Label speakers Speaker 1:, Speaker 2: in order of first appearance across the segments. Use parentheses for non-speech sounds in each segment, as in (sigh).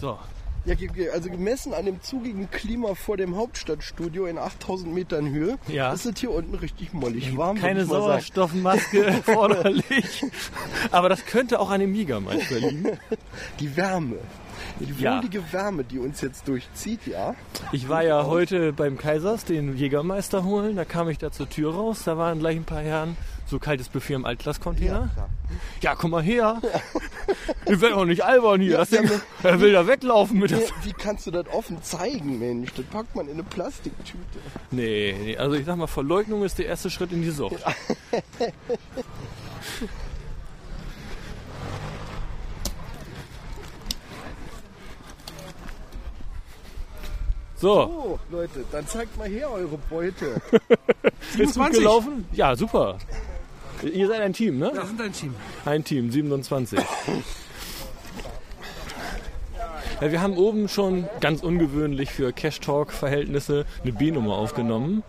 Speaker 1: So,
Speaker 2: Ja, ge- ge- also gemessen an dem zugigen Klima vor dem Hauptstadtstudio in 8000 Metern Höhe,
Speaker 1: Ja.
Speaker 2: ist es hier unten richtig mollig warm. würd
Speaker 1: keine
Speaker 2: ich mal sagen. (laughs)
Speaker 1: Sauerstoffmaske erforderlich. Aber das könnte auch an dem Niger manchmal liegen.
Speaker 2: Die Wärme. Die
Speaker 1: Ja.
Speaker 2: wohlige Wärme, die uns jetzt durchzieht, ja.
Speaker 1: Ich war ja heute beim Kaisers den Jägermeister holen. Da kam ich da zur Tür raus. Da waren gleich ein paar Herren. So kaltes Buffet im Altglas-Container. Ja, komm mal her. Ich werde auch nicht albern hier.
Speaker 2: Ja,
Speaker 1: das Ding,
Speaker 2: ja,
Speaker 1: er will da weglaufen mit der
Speaker 2: Wie, wie kannst du das offen zeigen, Mensch? Das packt man in eine Plastiktüte.
Speaker 1: Nee, nee, also ich sag mal, Verleugnung ist der erste Schritt in die Sucht. So,
Speaker 2: Oh, Leute, dann zeigt mal her eure
Speaker 3: (laughs)
Speaker 2: Beute.
Speaker 1: ist gut
Speaker 4: 27.
Speaker 1: gelaufen? Ja, super. Ihr seid ein Team, ne?
Speaker 4: Wir sind ein Team.
Speaker 1: Ein Team, 27. Ja, wir haben oben schon ganz ungewöhnlich für Cash Talk Verhältnisse eine B-Nummer aufgenommen.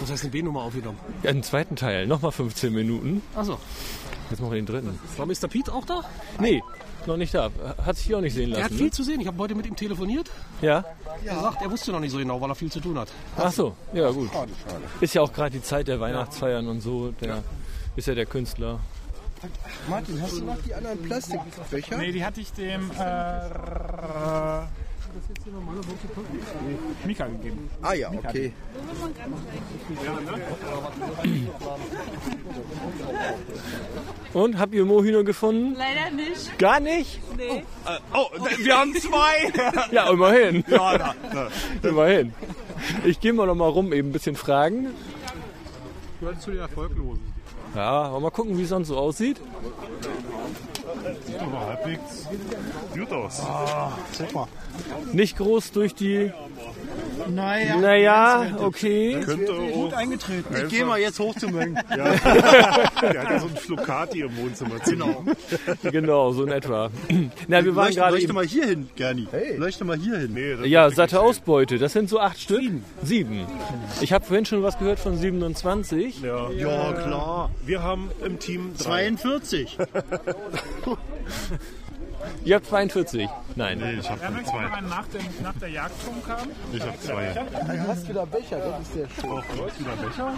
Speaker 4: Das heißt eine B-Nummer aufgenommen.
Speaker 1: Ja, Im zweiten Teil, nochmal 15 Minuten.
Speaker 4: Achso.
Speaker 1: Jetzt machen wir den dritten.
Speaker 4: War Mr. Pete auch da?
Speaker 1: Nee, noch nicht da. Hat sich hier auch nicht sehen
Speaker 4: Er hat
Speaker 1: lassen.
Speaker 4: viel zu sehen. Ich habe heute mit ihm telefoniert.
Speaker 1: ne? Ja?
Speaker 4: Er sagt, er wusste noch nicht so genau, weil er viel zu tun hat.
Speaker 1: Ach so, ja gut.
Speaker 2: schade, schade.
Speaker 1: Ist ja auch gerade die Zeit der Weihnachtsfeiern und so. Der ist ja der Künstler.
Speaker 2: Martin, hast du noch die anderen Plastikbecher?
Speaker 5: Nee, die hatte ich dem äh, Mika gegeben.
Speaker 2: Ah ja, okay.
Speaker 1: Und, habt ihr Mohino gefunden?
Speaker 6: Leider nicht.
Speaker 1: Gar nicht?
Speaker 6: Nee.
Speaker 7: Oh, wir haben zwei.
Speaker 1: (laughs) Ja, immerhin.
Speaker 7: ja, na, na.
Speaker 1: Immerhin. Ich gehe mal noch mal rum, eben ein bisschen fragen.
Speaker 5: Gehört zu den Erfolglosen.
Speaker 1: Ja, wollen wir mal gucken, wie es sonst so aussieht.
Speaker 7: Aber halbwegs gut aus.
Speaker 8: Ah,
Speaker 1: Nicht groß durch die...
Speaker 8: Naja,
Speaker 1: Naja, okay.
Speaker 7: Könnte auch.
Speaker 8: eingetreten.
Speaker 7: Ich
Speaker 8: geh mal jetzt hoch zum Mengen.
Speaker 7: (laughs) Ja, der hat ja so einen Flocati im Wohnzimmer. Genau.
Speaker 1: Genau, so in etwa. Na, wir waren
Speaker 8: Leuchte,
Speaker 1: gerade
Speaker 8: leuchte
Speaker 1: eben...
Speaker 8: mal hier hin, Gerni. Leuchte mal hier hin.
Speaker 7: Nee, das
Speaker 1: Ja,
Speaker 7: hab ich
Speaker 1: satte
Speaker 7: nicht
Speaker 1: Ausbeute. Das sind so acht Stück. Sieben. Ich habe vorhin schon was gehört von 27.
Speaker 7: gesehen. Ja.
Speaker 8: Ja, klar.
Speaker 7: Wir haben im Team drei.
Speaker 8: 42.
Speaker 1: Ihr habt 42. Nein.
Speaker 7: Nee, ich habe
Speaker 5: Er möchte noch einen nach, dem, nach der Jagd rumkamen.
Speaker 7: Ich habe zwei.
Speaker 2: Du hast wieder Becher, das ist sehr schön.
Speaker 7: Auch wieder Becher?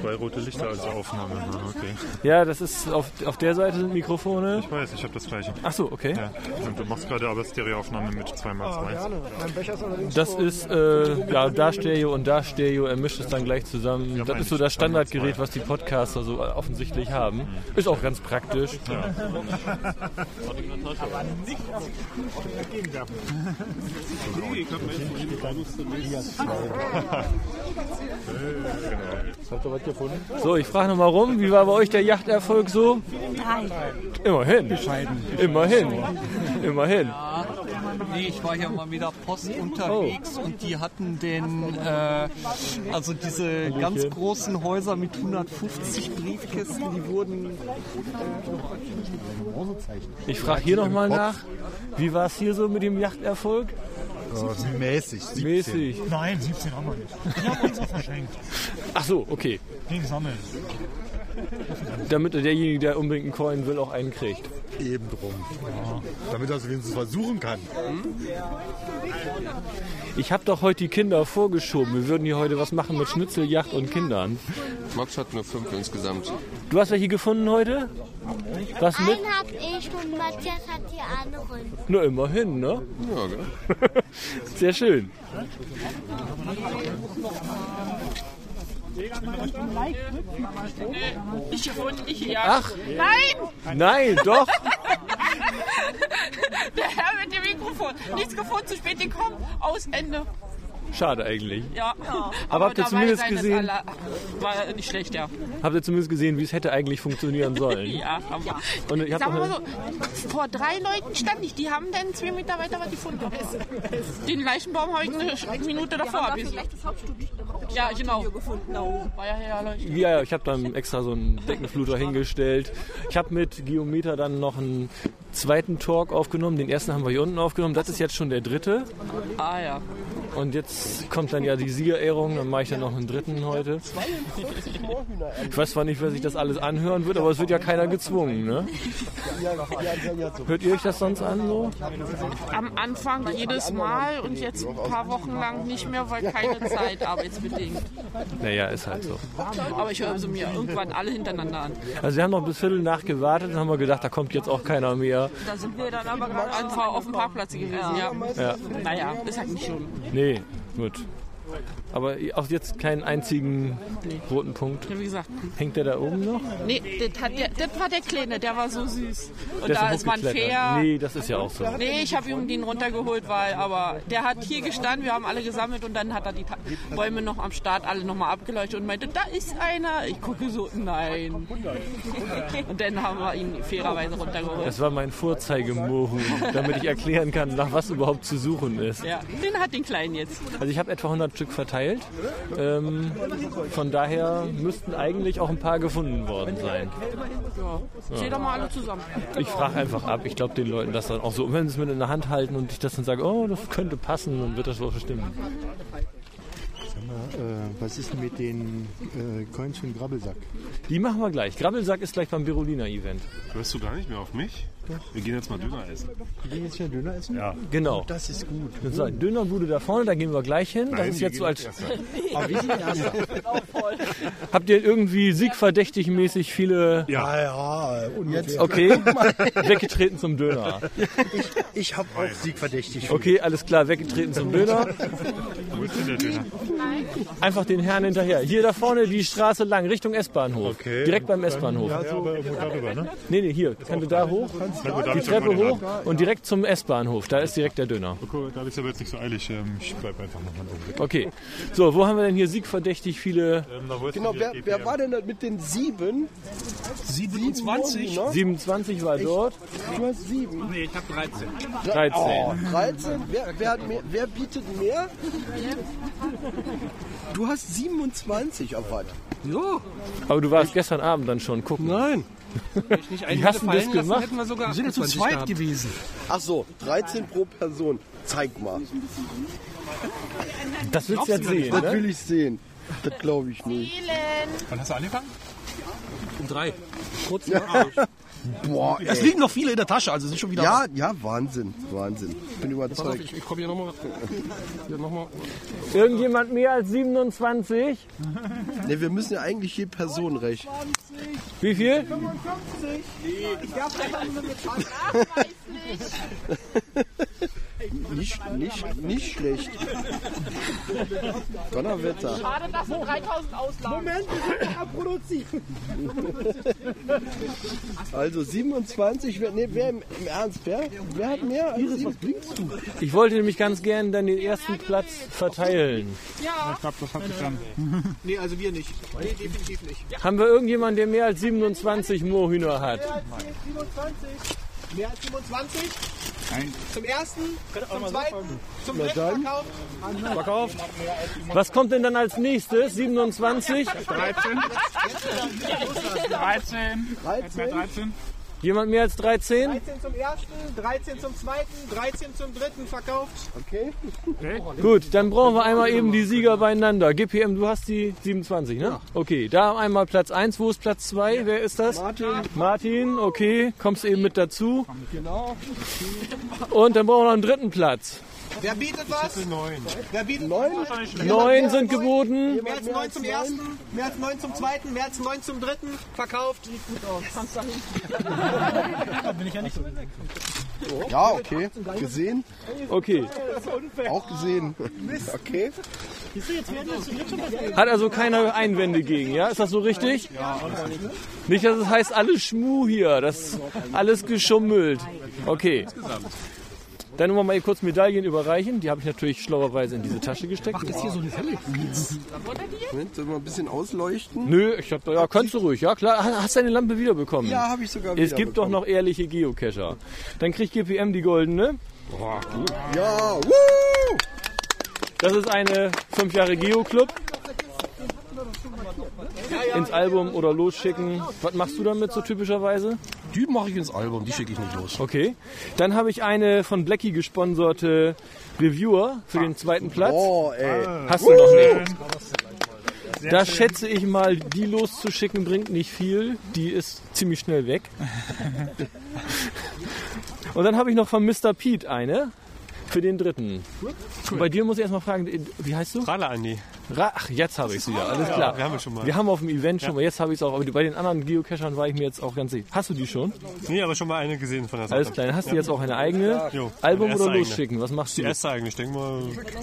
Speaker 7: Zwei rote Lichter als Aufnahme. Ah, Okay.
Speaker 1: Ja, das ist auf, auf der Seite sind Mikrofone.
Speaker 7: Ich weiß, ich habe das gleiche.
Speaker 1: Ach so, okay.
Speaker 7: Ja. Und du machst gerade aber Stereoaufnahme mit 2x2.
Speaker 1: Das ist äh, ja da Stereo und da Stereo. Er mischt es dann gleich zusammen. das
Speaker 7: meine Mhm.
Speaker 1: ist so
Speaker 7: ich.
Speaker 1: das Standardgerät, was die Podcaster so offensichtlich haben. Ist auch ganz praktisch. So, ich frage nochmal rum. Wie war bei euch der Yachterfolg so? Immerhin. Immerhin. Immerhin.
Speaker 9: Nee, ich war ja mal mit der Post unterwegs und die hatten den, äh, also diese ganz großen Häuser mit 150 Briefkästen, die wurden
Speaker 1: Ich frage hier nochmal nach. Wie war es hier so mit dem Yachterfolg?
Speaker 8: Mäßig. 17.
Speaker 1: Mäßig.
Speaker 5: Nein, 17 haben wir nicht. Ich habe unsere verschenkt.
Speaker 1: Ach so, okay.
Speaker 5: Den sammeln.
Speaker 1: Damit derjenige, der unbedingt einen Coin will, auch einen kriegt.
Speaker 8: Eben drum. Damit er es wenigstens versuchen kann.
Speaker 1: Ich habe doch heute die Kinder vorgeschoben. Wir würden hier heute was machen mit Schnitzel, Yacht und Kindern.
Speaker 3: Max hat nur fünf insgesamt.
Speaker 1: Du hast welche gefunden heute? Was mit?
Speaker 10: Einen hab ich und Matthias hat die anderen.
Speaker 1: Na, immerhin, ne?
Speaker 3: Ja, gell?
Speaker 1: (laughs) Sehr schön.
Speaker 6: Ich gefunden, ich gejagt.
Speaker 1: Ach,
Speaker 6: Nein!
Speaker 1: nein, doch.
Speaker 6: Der Herr mit dem Mikrofon. Nichts gefunden, zu spät gekommen. Aus Ende.
Speaker 1: Schade eigentlich.
Speaker 6: Ja.
Speaker 1: Aber habt ihr
Speaker 6: dabei
Speaker 1: zumindest
Speaker 6: sein ist
Speaker 1: gesehen?
Speaker 6: Aller, war nicht schlecht, ja.
Speaker 1: Habt ihr zumindest gesehen, wie es hätte eigentlich funktionieren sollen?
Speaker 6: Ja, haben wir.
Speaker 1: Und ich hab
Speaker 6: Sagen wir
Speaker 1: noch
Speaker 6: mal so, vor drei Leuten stand ich. Die haben dann zwei Meter weiter was (laughs) gefunden. Den Leichenbaum habe ich eine Minute davor abgesucht. Ja, genau. War ja herrlich.
Speaker 1: Ja, ja, ich habe dann extra so einen Deckenfluter hingestellt. Ich habe mit Geometer dann noch einen zweiten Talk aufgenommen. Den ersten haben wir hier unten aufgenommen. Das ist jetzt schon der dritte.
Speaker 6: Ah ja.
Speaker 1: Und jetzt kommt dann ja die Siegerehrung, dann mache ich dann noch einen dritten heute.
Speaker 2: 52 Moorhühner
Speaker 1: Ich weiß zwar nicht, wer sich das alles anhören wird, aber es wird ja keiner gezwungen, ne?
Speaker 2: Ja, ja, ja, ja, so.
Speaker 1: Hört ihr euch das sonst an so?
Speaker 6: Am Anfang jedes Mal und jetzt ein paar Wochen lang nicht mehr, weil keine Zeit arbeitsbedingt.
Speaker 1: Naja, ist halt so.
Speaker 6: Aber ich höre sie mir irgendwann alle hintereinander an.
Speaker 1: Also wir haben noch bis Viertel nach gewartet und haben wir gedacht, da kommt jetzt auch keiner mehr.
Speaker 6: Da sind wir dann aber gerade an- auf dem Parkplatz gewesen, ja.
Speaker 1: Ja.
Speaker 6: Naja, ist halt nicht schlimm.
Speaker 1: Nee, gut. Aber auch jetzt keinen einzigen roten Punkt.
Speaker 6: Ja, Wie gesagt,
Speaker 1: Hängt der da oben noch?
Speaker 6: nee, das, hat der, das war der Kleine, der war so süß. Und
Speaker 1: Der
Speaker 6: da
Speaker 1: hochgeklettert.
Speaker 6: ist man fair.
Speaker 1: Nee, das ist ja auch so.
Speaker 6: Nee, ich habe ihm den runtergeholt, weil aber der hat hier gestanden, wir haben alle gesammelt und dann hat er die Ta Bäume noch am Start alle nochmal abgeleuchtet und meinte, da ist einer. Ich gucke so, nein. (laughs) Und dann haben wir ihn fairerweise runtergeholt.
Speaker 1: Das war mein Vorzeigemoorhuhn, damit ich erklären kann, nach was überhaupt zu suchen ist.
Speaker 6: Ja, den hat den Kleinen jetzt.
Speaker 1: Also ich habe etwa 100 Stück verteilt. Ähm, von daher müssten eigentlich auch ein paar gefunden worden sein.
Speaker 6: Ja. Steht doch mal alle zusammen.
Speaker 1: Ich frage einfach ab. Ich glaube den Leuten das dann auch so. Und wenn sie es mir in der Hand halten und ich das dann sage, oh, das könnte passen, dann wird das wohl stimmen.
Speaker 11: Äh, was ist denn mit den äh, Coins für den Grabbelsack?
Speaker 1: Die machen wir gleich. Grabbelsack ist gleich beim Berolina-Event.
Speaker 7: Hörst du gar nicht mehr auf mich? Wir gehen jetzt mal Döner essen.
Speaker 11: Wir gehen jetzt hier Döner essen?
Speaker 7: Ja.
Speaker 1: Genau.
Speaker 11: Das ist gut.
Speaker 1: Das ist eine Dönerbude da vorne, da gehen wir gleich hin. Das
Speaker 7: Hm. Nein,
Speaker 1: ist
Speaker 7: wir
Speaker 1: jetzt so
Speaker 7: gehen
Speaker 1: als.
Speaker 7: (laughs) erst rein.
Speaker 11: Aber wir sind erster.
Speaker 1: Habt ihr irgendwie siegverdächtig-mäßig viele
Speaker 11: Ja, ja, ungefähr.
Speaker 7: (laughs)
Speaker 1: Okay,
Speaker 7: Oh
Speaker 1: weggetreten zum Döner.
Speaker 11: Ich habe auch siegverdächtig.
Speaker 1: Okay, alles klar, weggetreten zum Döner.
Speaker 7: Wo ist denn der Döner?
Speaker 1: Einfach den Herrn hinterher. Hier da vorne die Straße lang, Richtung S-Bahnhof.
Speaker 7: Okay.
Speaker 1: Direkt beim S-Bahnhof.
Speaker 7: Ja, aber irgendwo darüber, ne?
Speaker 1: Nee, nee, hier. Kannst du da hoch?
Speaker 7: Na gut, da
Speaker 1: Die
Speaker 7: hab ich ja
Speaker 1: Treppe
Speaker 7: vorhin
Speaker 1: hoch und direkt zum S-Bahnhof. Da ist direkt der Döner.
Speaker 7: Cool, da habe ich es aber jetzt nicht so eilig. Ähm, Ich bleibe einfach nochmal einen Augenblick.
Speaker 1: Okay. So, wo haben wir denn hier siegverdächtig viele?
Speaker 7: Ähm,
Speaker 2: Genau, wer, wer war denn das mit den sieben?
Speaker 4: 27?
Speaker 2: Moorhühner?
Speaker 1: 27 war dort,
Speaker 2: Du hast ne? sieben.
Speaker 5: Nee, ich habe 13.
Speaker 1: 13.
Speaker 2: Oh, 13? Wer, wer, hat mehr, wer bietet mehr? Du hast 27 erwartet.
Speaker 4: Ja,
Speaker 1: Aber du warst gestern Abend dann schon gucken.
Speaker 4: nein.
Speaker 1: Wie hast du das gemacht?
Speaker 9: wir sogar
Speaker 4: Wir sind ja zu zweit gewesen.
Speaker 2: Ach so, 13 pro Person. Zeig mal. ne?
Speaker 1: Das willst du jetzt sehen,
Speaker 2: Das
Speaker 1: ne?
Speaker 2: will ich sehen. Das glaube ich nicht.
Speaker 5: Wann hast du angefangen?
Speaker 4: Um drei.
Speaker 2: Boah,
Speaker 4: Es
Speaker 2: ey.
Speaker 4: liegen noch viele in der Tasche, also sind schon wieder.
Speaker 2: Ja, ja, Wahnsinn. Wahnsinn. Bin
Speaker 4: Pass auf,
Speaker 2: überzeugt.
Speaker 4: ich, ich komme hier nochmal. Hier noch mal.
Speaker 1: Irgendjemand mehr als 27?
Speaker 2: Ne, wir müssen ja eigentlich je Person rechnen.
Speaker 1: Wie viel?
Speaker 2: Nicht, nicht, nicht schlecht. Donnerwetter.
Speaker 6: Schade, dass wir 3000 auslagen.
Speaker 2: Also 27, wer, nee, wer im, im Ernst, wer, wer hat mehr als sieben?
Speaker 1: Ich wollte nämlich ganz gerne dann den ersten Platz verteilen.
Speaker 5: Ich glaube, das hat sich dann.
Speaker 2: (laughs) Nee, also wir nicht. Nee, definitiv nicht.
Speaker 1: Haben wir irgendjemanden, der mehr als 27 Moorhühner hat?
Speaker 2: Mehr als 27?
Speaker 5: Nein.
Speaker 2: Zum ersten, zum zweiten, zum dritten Verkauf.
Speaker 1: Verkauft. Was kommt denn dann als nächstes? 27?
Speaker 5: 13. 13.
Speaker 2: 13,
Speaker 5: 13.
Speaker 1: Jemand mehr als 13?
Speaker 2: 13 zum ersten, 13 zum zweiten, 13 zum dritten verkauft. Okay.
Speaker 1: Gut, dann brauchen wir einmal eben die Sieger beieinander. GPM, du hast die 27, ne? Okay, da einmal Platz 1. Wo ist Platz 2? Wer ist das?
Speaker 2: Martin,
Speaker 1: Martin, okay, kommst eben mit dazu.
Speaker 2: Genau.
Speaker 1: Und dann brauchen wir noch einen dritten Platz.
Speaker 2: wer bietet was? Neun. Wer bietet neun?
Speaker 1: Neun sind geboten.
Speaker 2: Mehr als neun zum ersten, mehr als neun zum zweiten, mehr als neun zum dritten verkauft. Sieht gut aus. bin ich ja nicht so weg. Ja, okay. Gesehen,
Speaker 1: Okay.
Speaker 2: auch gesehen. Okay.
Speaker 1: Hat also keiner Einwände gegen, ja? Ist das so richtig? Nicht, dass es heißt, alles Schmu hier, das ist alles geschummelt. Okay. Dann wollen wir mal hier kurz Medaillen überreichen. Die habe ich natürlich schlauerweise in diese Tasche gesteckt.
Speaker 2: Moment, sollen wir ein bisschen ausleuchten?
Speaker 1: Nö, ich hab, ja, kannst du ruhig, ja klar. Ha- Hast deine Lampe wiederbekommen?
Speaker 2: Ja, habe ich sogar
Speaker 1: Es gibt doch noch ehrliche Geocacher. Dann kriegt GPM die goldene.
Speaker 2: Ja, woo!
Speaker 1: Das ist eine 5 Jahre Geo-Club. ins Album oder losschicken. Was machst du damit so typischerweise?
Speaker 4: Die mache ich ins Album, die schicke ich nicht los.
Speaker 1: Okay. Dann habe ich eine von Blackie gesponserte Reviewer für den zweiten Platz.
Speaker 2: Oh, ey.
Speaker 1: Hast du noch nicht.
Speaker 2: Sehr
Speaker 1: Da
Speaker 2: schön.
Speaker 1: schätze ich mal, die loszuschicken bringt nicht viel. Die ist ziemlich schnell
Speaker 2: (laughs)
Speaker 1: weg. Und dann habe ich noch von Mr. Pete eine für den dritten. Bei dir muss ich erstmal fragen, wie heißt du?
Speaker 7: Rala Andi.
Speaker 1: Ra Ach, jetzt habe ich sie ja, alles
Speaker 7: Ja,
Speaker 1: klar.
Speaker 7: wir haben es schon mal.
Speaker 1: Wir haben auf dem Event schon
Speaker 7: Ja.
Speaker 1: mal, jetzt habe ich es auch, aber bei den anderen Geocachern war ich mir jetzt auch ganz sicher. Hast du die schon?
Speaker 7: Nee, aber schon mal eine gesehen von der Seite.
Speaker 1: Alles klar, dann hast du jetzt auch eine eigene.
Speaker 7: Jo,
Speaker 1: Album
Speaker 7: meine
Speaker 1: oder
Speaker 7: erste
Speaker 1: losschicken,
Speaker 7: eigene.
Speaker 1: was machst du?
Speaker 7: Die erste eigene, ich denke mal,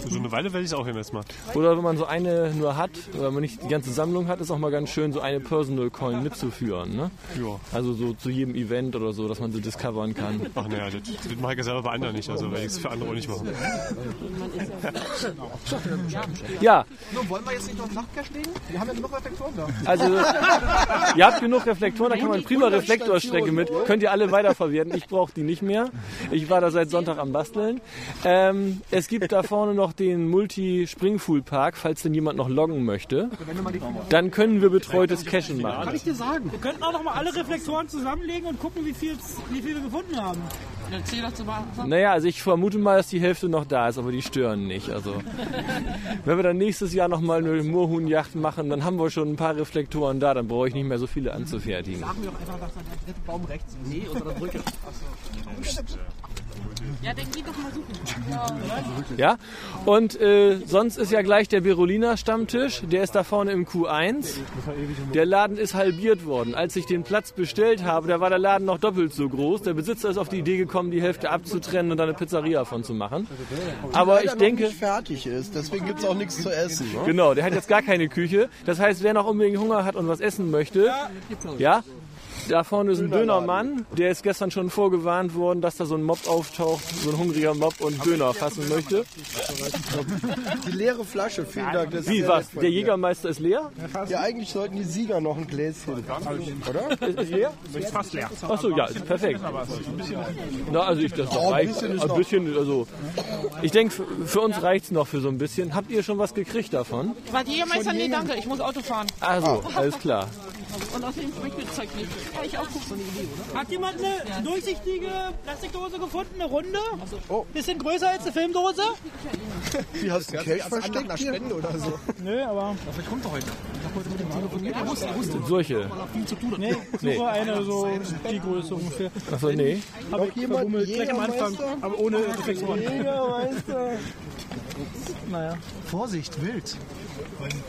Speaker 7: so eine Weile werde ich es auch hier erstmal.
Speaker 1: Oder wenn man so eine nur hat, wenn man nicht die ganze Sammlung hat, ist auch mal ganz schön, so eine Personal Coin mitzuführen. Ne?
Speaker 7: Ja.
Speaker 1: Also so zu jedem Event oder so, dass man sie discovern kann.
Speaker 7: Ach naja, das, das mache ich ja selber bei anderen nicht, also werde ich es für andere auch nicht machen.
Speaker 1: Ja,
Speaker 9: So, wollen wir jetzt nicht noch Nachtcash legen? Wir haben ja genug Reflektoren da.
Speaker 1: also (laughs) ihr habt genug Reflektoren, da kann man prima Reflektorstrecke mit. Könnt ihr alle weiterverwerten. Ich brauche die nicht mehr. Ich war da seit Sonntag am Basteln. Ähm, es gibt da vorne noch den Multi-Springpool-Park, falls denn jemand noch loggen möchte. Dann können wir betreutes Cashen machen.
Speaker 12: Kann ich dir sagen. Wir könnten auch noch mal alle Reflektoren zusammenlegen und gucken, wie viel, wie viel wir gefunden haben.
Speaker 6: Dann zieh doch zu machen.
Speaker 1: Naja, also ich vermute mal, dass die Hälfte noch da ist, aber die stören nicht. Also wenn wir dann nächstes Jahr nochmal eine Moorhuhnjacht machen, dann haben wir schon ein paar Reflektoren da, dann brauche ich nicht mehr so viele anzufertigen.
Speaker 9: wir doch einfach, dass der dritte Baum rechts ist. Nee, unter der Brücke.
Speaker 6: Ja, dann geh doch mal suchen.
Speaker 1: Ja? Und äh, sonst ist ja gleich der Berolina Stammtisch, der ist da vorne im Q1. Der Laden ist halbiert worden. Als ich den Platz bestellt habe, da war der Laden noch doppelt so groß. Der Besitzer ist auf die Idee gekommen, die Hälfte abzutrennen und da eine Pizzeria von zu machen. Aber
Speaker 2: Leider
Speaker 1: ich
Speaker 2: noch
Speaker 1: denke,
Speaker 2: nicht fertig ist, deswegen gibt es auch nichts zu essen. Ne?
Speaker 1: Genau, der hat jetzt gar keine Küche. Das heißt, wer noch unbedingt Hunger hat und was essen möchte, ja, da vorne ist ein Dönermann, der ist gestern schon vorgewarnt worden, dass da so ein Mob auftaucht, so ein hungriger Mob und Döner fassen möchte.
Speaker 2: Die leere Flasche, vielen Dank. das ist
Speaker 1: Wie,
Speaker 2: sehr
Speaker 1: was?
Speaker 2: nett von
Speaker 1: Der
Speaker 2: dir.
Speaker 1: Jägermeister ist leer?
Speaker 2: Ja, eigentlich sollten die Sieger noch ein Gläschen, oder?
Speaker 1: Ist, ist leer?
Speaker 5: Ist fast leer.
Speaker 1: Achso, ja, ist perfekt. Na, also ich, das
Speaker 2: Oh, ein
Speaker 1: reicht.
Speaker 2: bisschen ist
Speaker 1: Ein
Speaker 2: noch.
Speaker 1: bisschen, also. Ich denke, für, für uns reicht's noch für so ein bisschen. Habt ihr schon was gekriegt davon?
Speaker 6: War Jägermeister? Nee, danke, ich muss Auto fahren.
Speaker 1: Also,
Speaker 2: Ah.
Speaker 1: alles klar.
Speaker 6: Und außerdem schmeckt mir das Zeug nicht. Kann ich auch gucken. So eine Idee, oder?
Speaker 12: Hat jemand eine durchsichtige Plastikdose gefunden, eine runde? Bisschen größer als eine Filmdose?
Speaker 2: Wie hast du Cash versteckt?
Speaker 12: nach
Speaker 2: Spende oder so.
Speaker 12: Nö, aber.
Speaker 9: Dafür kommt er heute. Ich hab heute mit dem telefoniert. Er wusste, er wusste.
Speaker 1: Solche.
Speaker 12: Nee, ich suche
Speaker 1: Nee.
Speaker 12: eine, so die Größe ungefähr.
Speaker 1: Achso, nee.
Speaker 12: Hab ich
Speaker 2: jemand
Speaker 12: verbummelt, gleich am Anfang,
Speaker 2: Jägermeister?
Speaker 12: aber ohne
Speaker 9: Ah,
Speaker 12: Reflexoren.
Speaker 2: Jägermeister.
Speaker 12: Naja.
Speaker 9: Vorsicht, wild.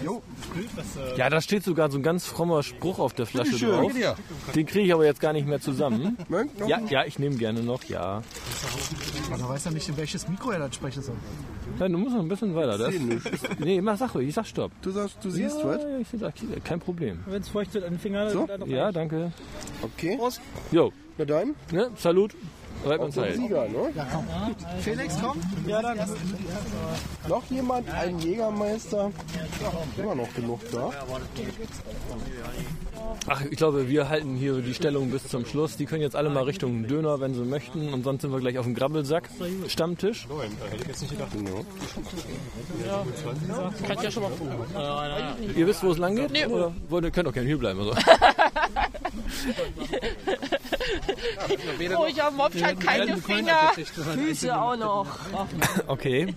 Speaker 9: Jo.
Speaker 12: äh,
Speaker 1: Ja, da steht sogar so ein ganz frommer Spruch auf der Flasche
Speaker 9: Bitteschön,
Speaker 1: drauf.
Speaker 9: danke dir.
Speaker 1: Den kriege ich aber jetzt gar nicht mehr zusammen.
Speaker 2: Mögt noch
Speaker 1: Ja,
Speaker 2: einen?
Speaker 1: ja, ich nehme gerne noch, ja.
Speaker 9: Also weiß er nicht, in welches Mikro er dann sprechen soll.
Speaker 1: Nein, du musst noch ein bisschen weiter. Das,
Speaker 2: Ich seh
Speaker 1: nee, mach Sache, ich sag Stopp.
Speaker 2: Du sagst, du siehst
Speaker 1: ja,
Speaker 2: was?
Speaker 1: ja, Ich sag, kein Problem.
Speaker 12: Wenn es feucht wird an den Fingern,
Speaker 2: So?
Speaker 12: dann noch
Speaker 1: Ja, danke.
Speaker 2: Okay. Prost.
Speaker 1: Jo,
Speaker 2: Na dann,
Speaker 1: ne, Salut. Bleibt
Speaker 2: auf
Speaker 1: uns
Speaker 2: den
Speaker 1: heil.
Speaker 2: Sieger, ne?
Speaker 9: Felix, komm.
Speaker 12: Ja, dann.
Speaker 2: Noch jemand? Ein Jägermeister? Immer noch genug da.
Speaker 1: Ach, ich glaube, wir halten hier so die Stellung bis zum Schluss. Die können jetzt alle mal Richtung Döner, wenn sie möchten. Und sonst sind wir gleich auf dem Grabbelsack. Stammtisch.
Speaker 7: Nein, äh, hätte ich jetzt nicht gedacht.
Speaker 6: Kannst ja schon mal gucken.
Speaker 1: Ihr wisst, wo es lang geht?
Speaker 6: Nee.
Speaker 1: Oder wollt, ihr- könnt auch gerne hier bleiben. Also.
Speaker 6: Oh, ich hab Mob hat keine Finger. Füße auch noch.
Speaker 1: Okay.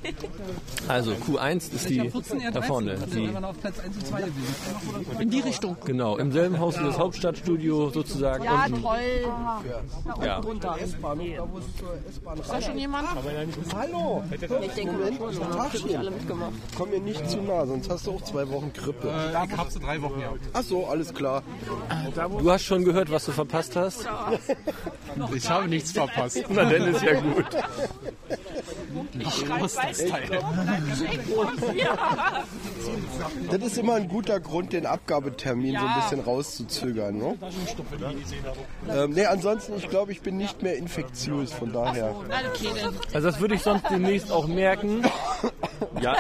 Speaker 1: Also Q1 ist die da vorne. Die,
Speaker 9: auf Platz 1 und 2 gewesen.
Speaker 6: In die Richtung.
Speaker 1: genau, im selben Haus wie das Hauptstadtstudio sozusagen.
Speaker 6: Ja,
Speaker 1: unten.
Speaker 6: Ah, toll.
Speaker 1: ja.
Speaker 6: Ist da schon jemand?
Speaker 2: Hallo!
Speaker 6: Ich denke,
Speaker 2: Moment, Tachchen.
Speaker 6: mitgemacht.
Speaker 2: Komm mir nicht zu nah, sonst hast du auch zwei Wochen Grippe.
Speaker 9: Ich hab sie drei Wochen gehabt.
Speaker 2: Ach so, alles klar.
Speaker 1: Du hast schon gehört, was du verpasst hast.
Speaker 8: Ich habe nichts verpasst.
Speaker 1: Na, dann ist ja gut.
Speaker 6: Oh,
Speaker 2: Das ist immer ein guter Grund, den Abgabetermin so ein
Speaker 6: Ja.
Speaker 2: bisschen rauszuzögern. Ne? Ähm, nee, ansonsten, ich glaube, ich bin nicht mehr infektiös, von daher.
Speaker 6: Alle Kehle.
Speaker 1: Also das würde ich sonst demnächst auch merken,
Speaker 6: (laughs)
Speaker 1: Ja,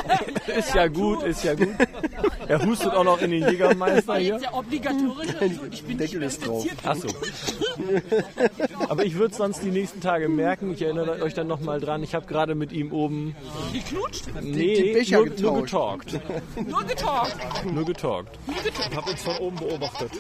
Speaker 1: ist ja gut, ist ja gut. Er hustet auch noch in den Jägermeister
Speaker 6: Weil
Speaker 1: hier.
Speaker 6: jetzt ja obligatorisch ist und ich bin
Speaker 2: Deckel ist drauf.
Speaker 1: Achso. Aber ich würde es sonst die nächsten Tage merken. Ich erinnere euch dann nochmal dran. Ich habe gerade mit ihm oben.
Speaker 6: Geknutscht?
Speaker 1: Nee,
Speaker 6: Die Becher
Speaker 1: nur, nur getalkt.
Speaker 6: nur getalkt.
Speaker 1: Nur getalkt.
Speaker 7: Ich habe uns von oben beobachtet.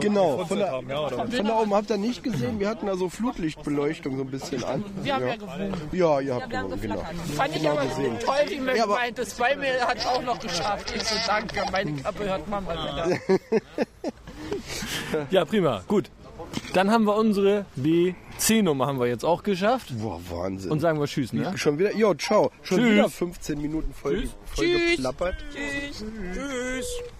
Speaker 2: Genau, von
Speaker 7: Von
Speaker 2: der,
Speaker 7: haben, ja, oder?
Speaker 2: von da oben habt ihr nicht gesehen, wir hatten da so Flutlichtbeleuchtung so ein bisschen an.
Speaker 6: Wir haben ja gewonnen.
Speaker 2: Ja, ihr habt
Speaker 6: wir haben
Speaker 2: gewonnen, genau.
Speaker 6: Fand ich
Speaker 2: Genau
Speaker 6: aber
Speaker 2: gesehen.
Speaker 6: toll, wie Mac
Speaker 2: Ja, aber-
Speaker 6: meint, das bei mir hat auch noch geschafft. Ich so, danke, meine Kappe hört man mal wieder.
Speaker 1: Ja, prima. Gut. Dann haben wir unsere BC-Nummer haben wir jetzt auch geschafft.
Speaker 2: Boah, Wahnsinn.
Speaker 1: Und sagen wir Tschüss, ne?
Speaker 2: Schon wieder, jo, ciao. Schon
Speaker 1: Tschüss.
Speaker 2: wieder 15 Minuten voll, voll geplappert.
Speaker 6: Tschüss. Tschüss.